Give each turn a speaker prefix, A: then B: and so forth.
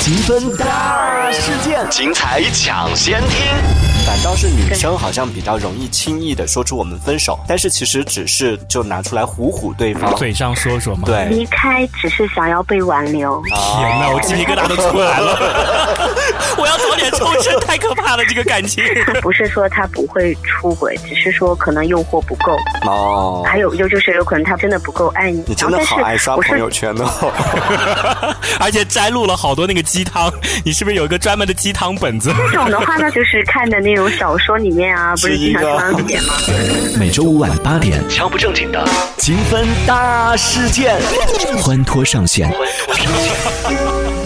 A: 积分大事件，
B: 精彩抢先听。
A: 反倒是女生好像比较容易轻易的说出我们分手，但是其实只是就拿出来唬唬对方。
C: 嘴上说说嘛。
A: 对，
D: 离开只是想要被挽留。
A: 啊
C: 天哪，我鸡皮疙瘩都出来了，我要早点抽身，太可怕了，这个感情。
D: 不是说他不会出轨，只是说可能诱惑不够，
A: 哦，
D: 还有就就是有可能他真的不够爱你。
A: 你真的好爱刷朋友圈哦。
C: 而且摘录了好多那个鸡汤，你是不是有一个专门的鸡汤本子？
D: 这种的话呢，就是看的那种小说里面啊，不
A: 是
D: 是
A: 一
D: 经
A: 个
D: 常看到点吗？
E: 每周五晚八点，
B: 敲不正经的，
A: 积分大事件。
E: 欢脱上线。
B: 欢脱上线。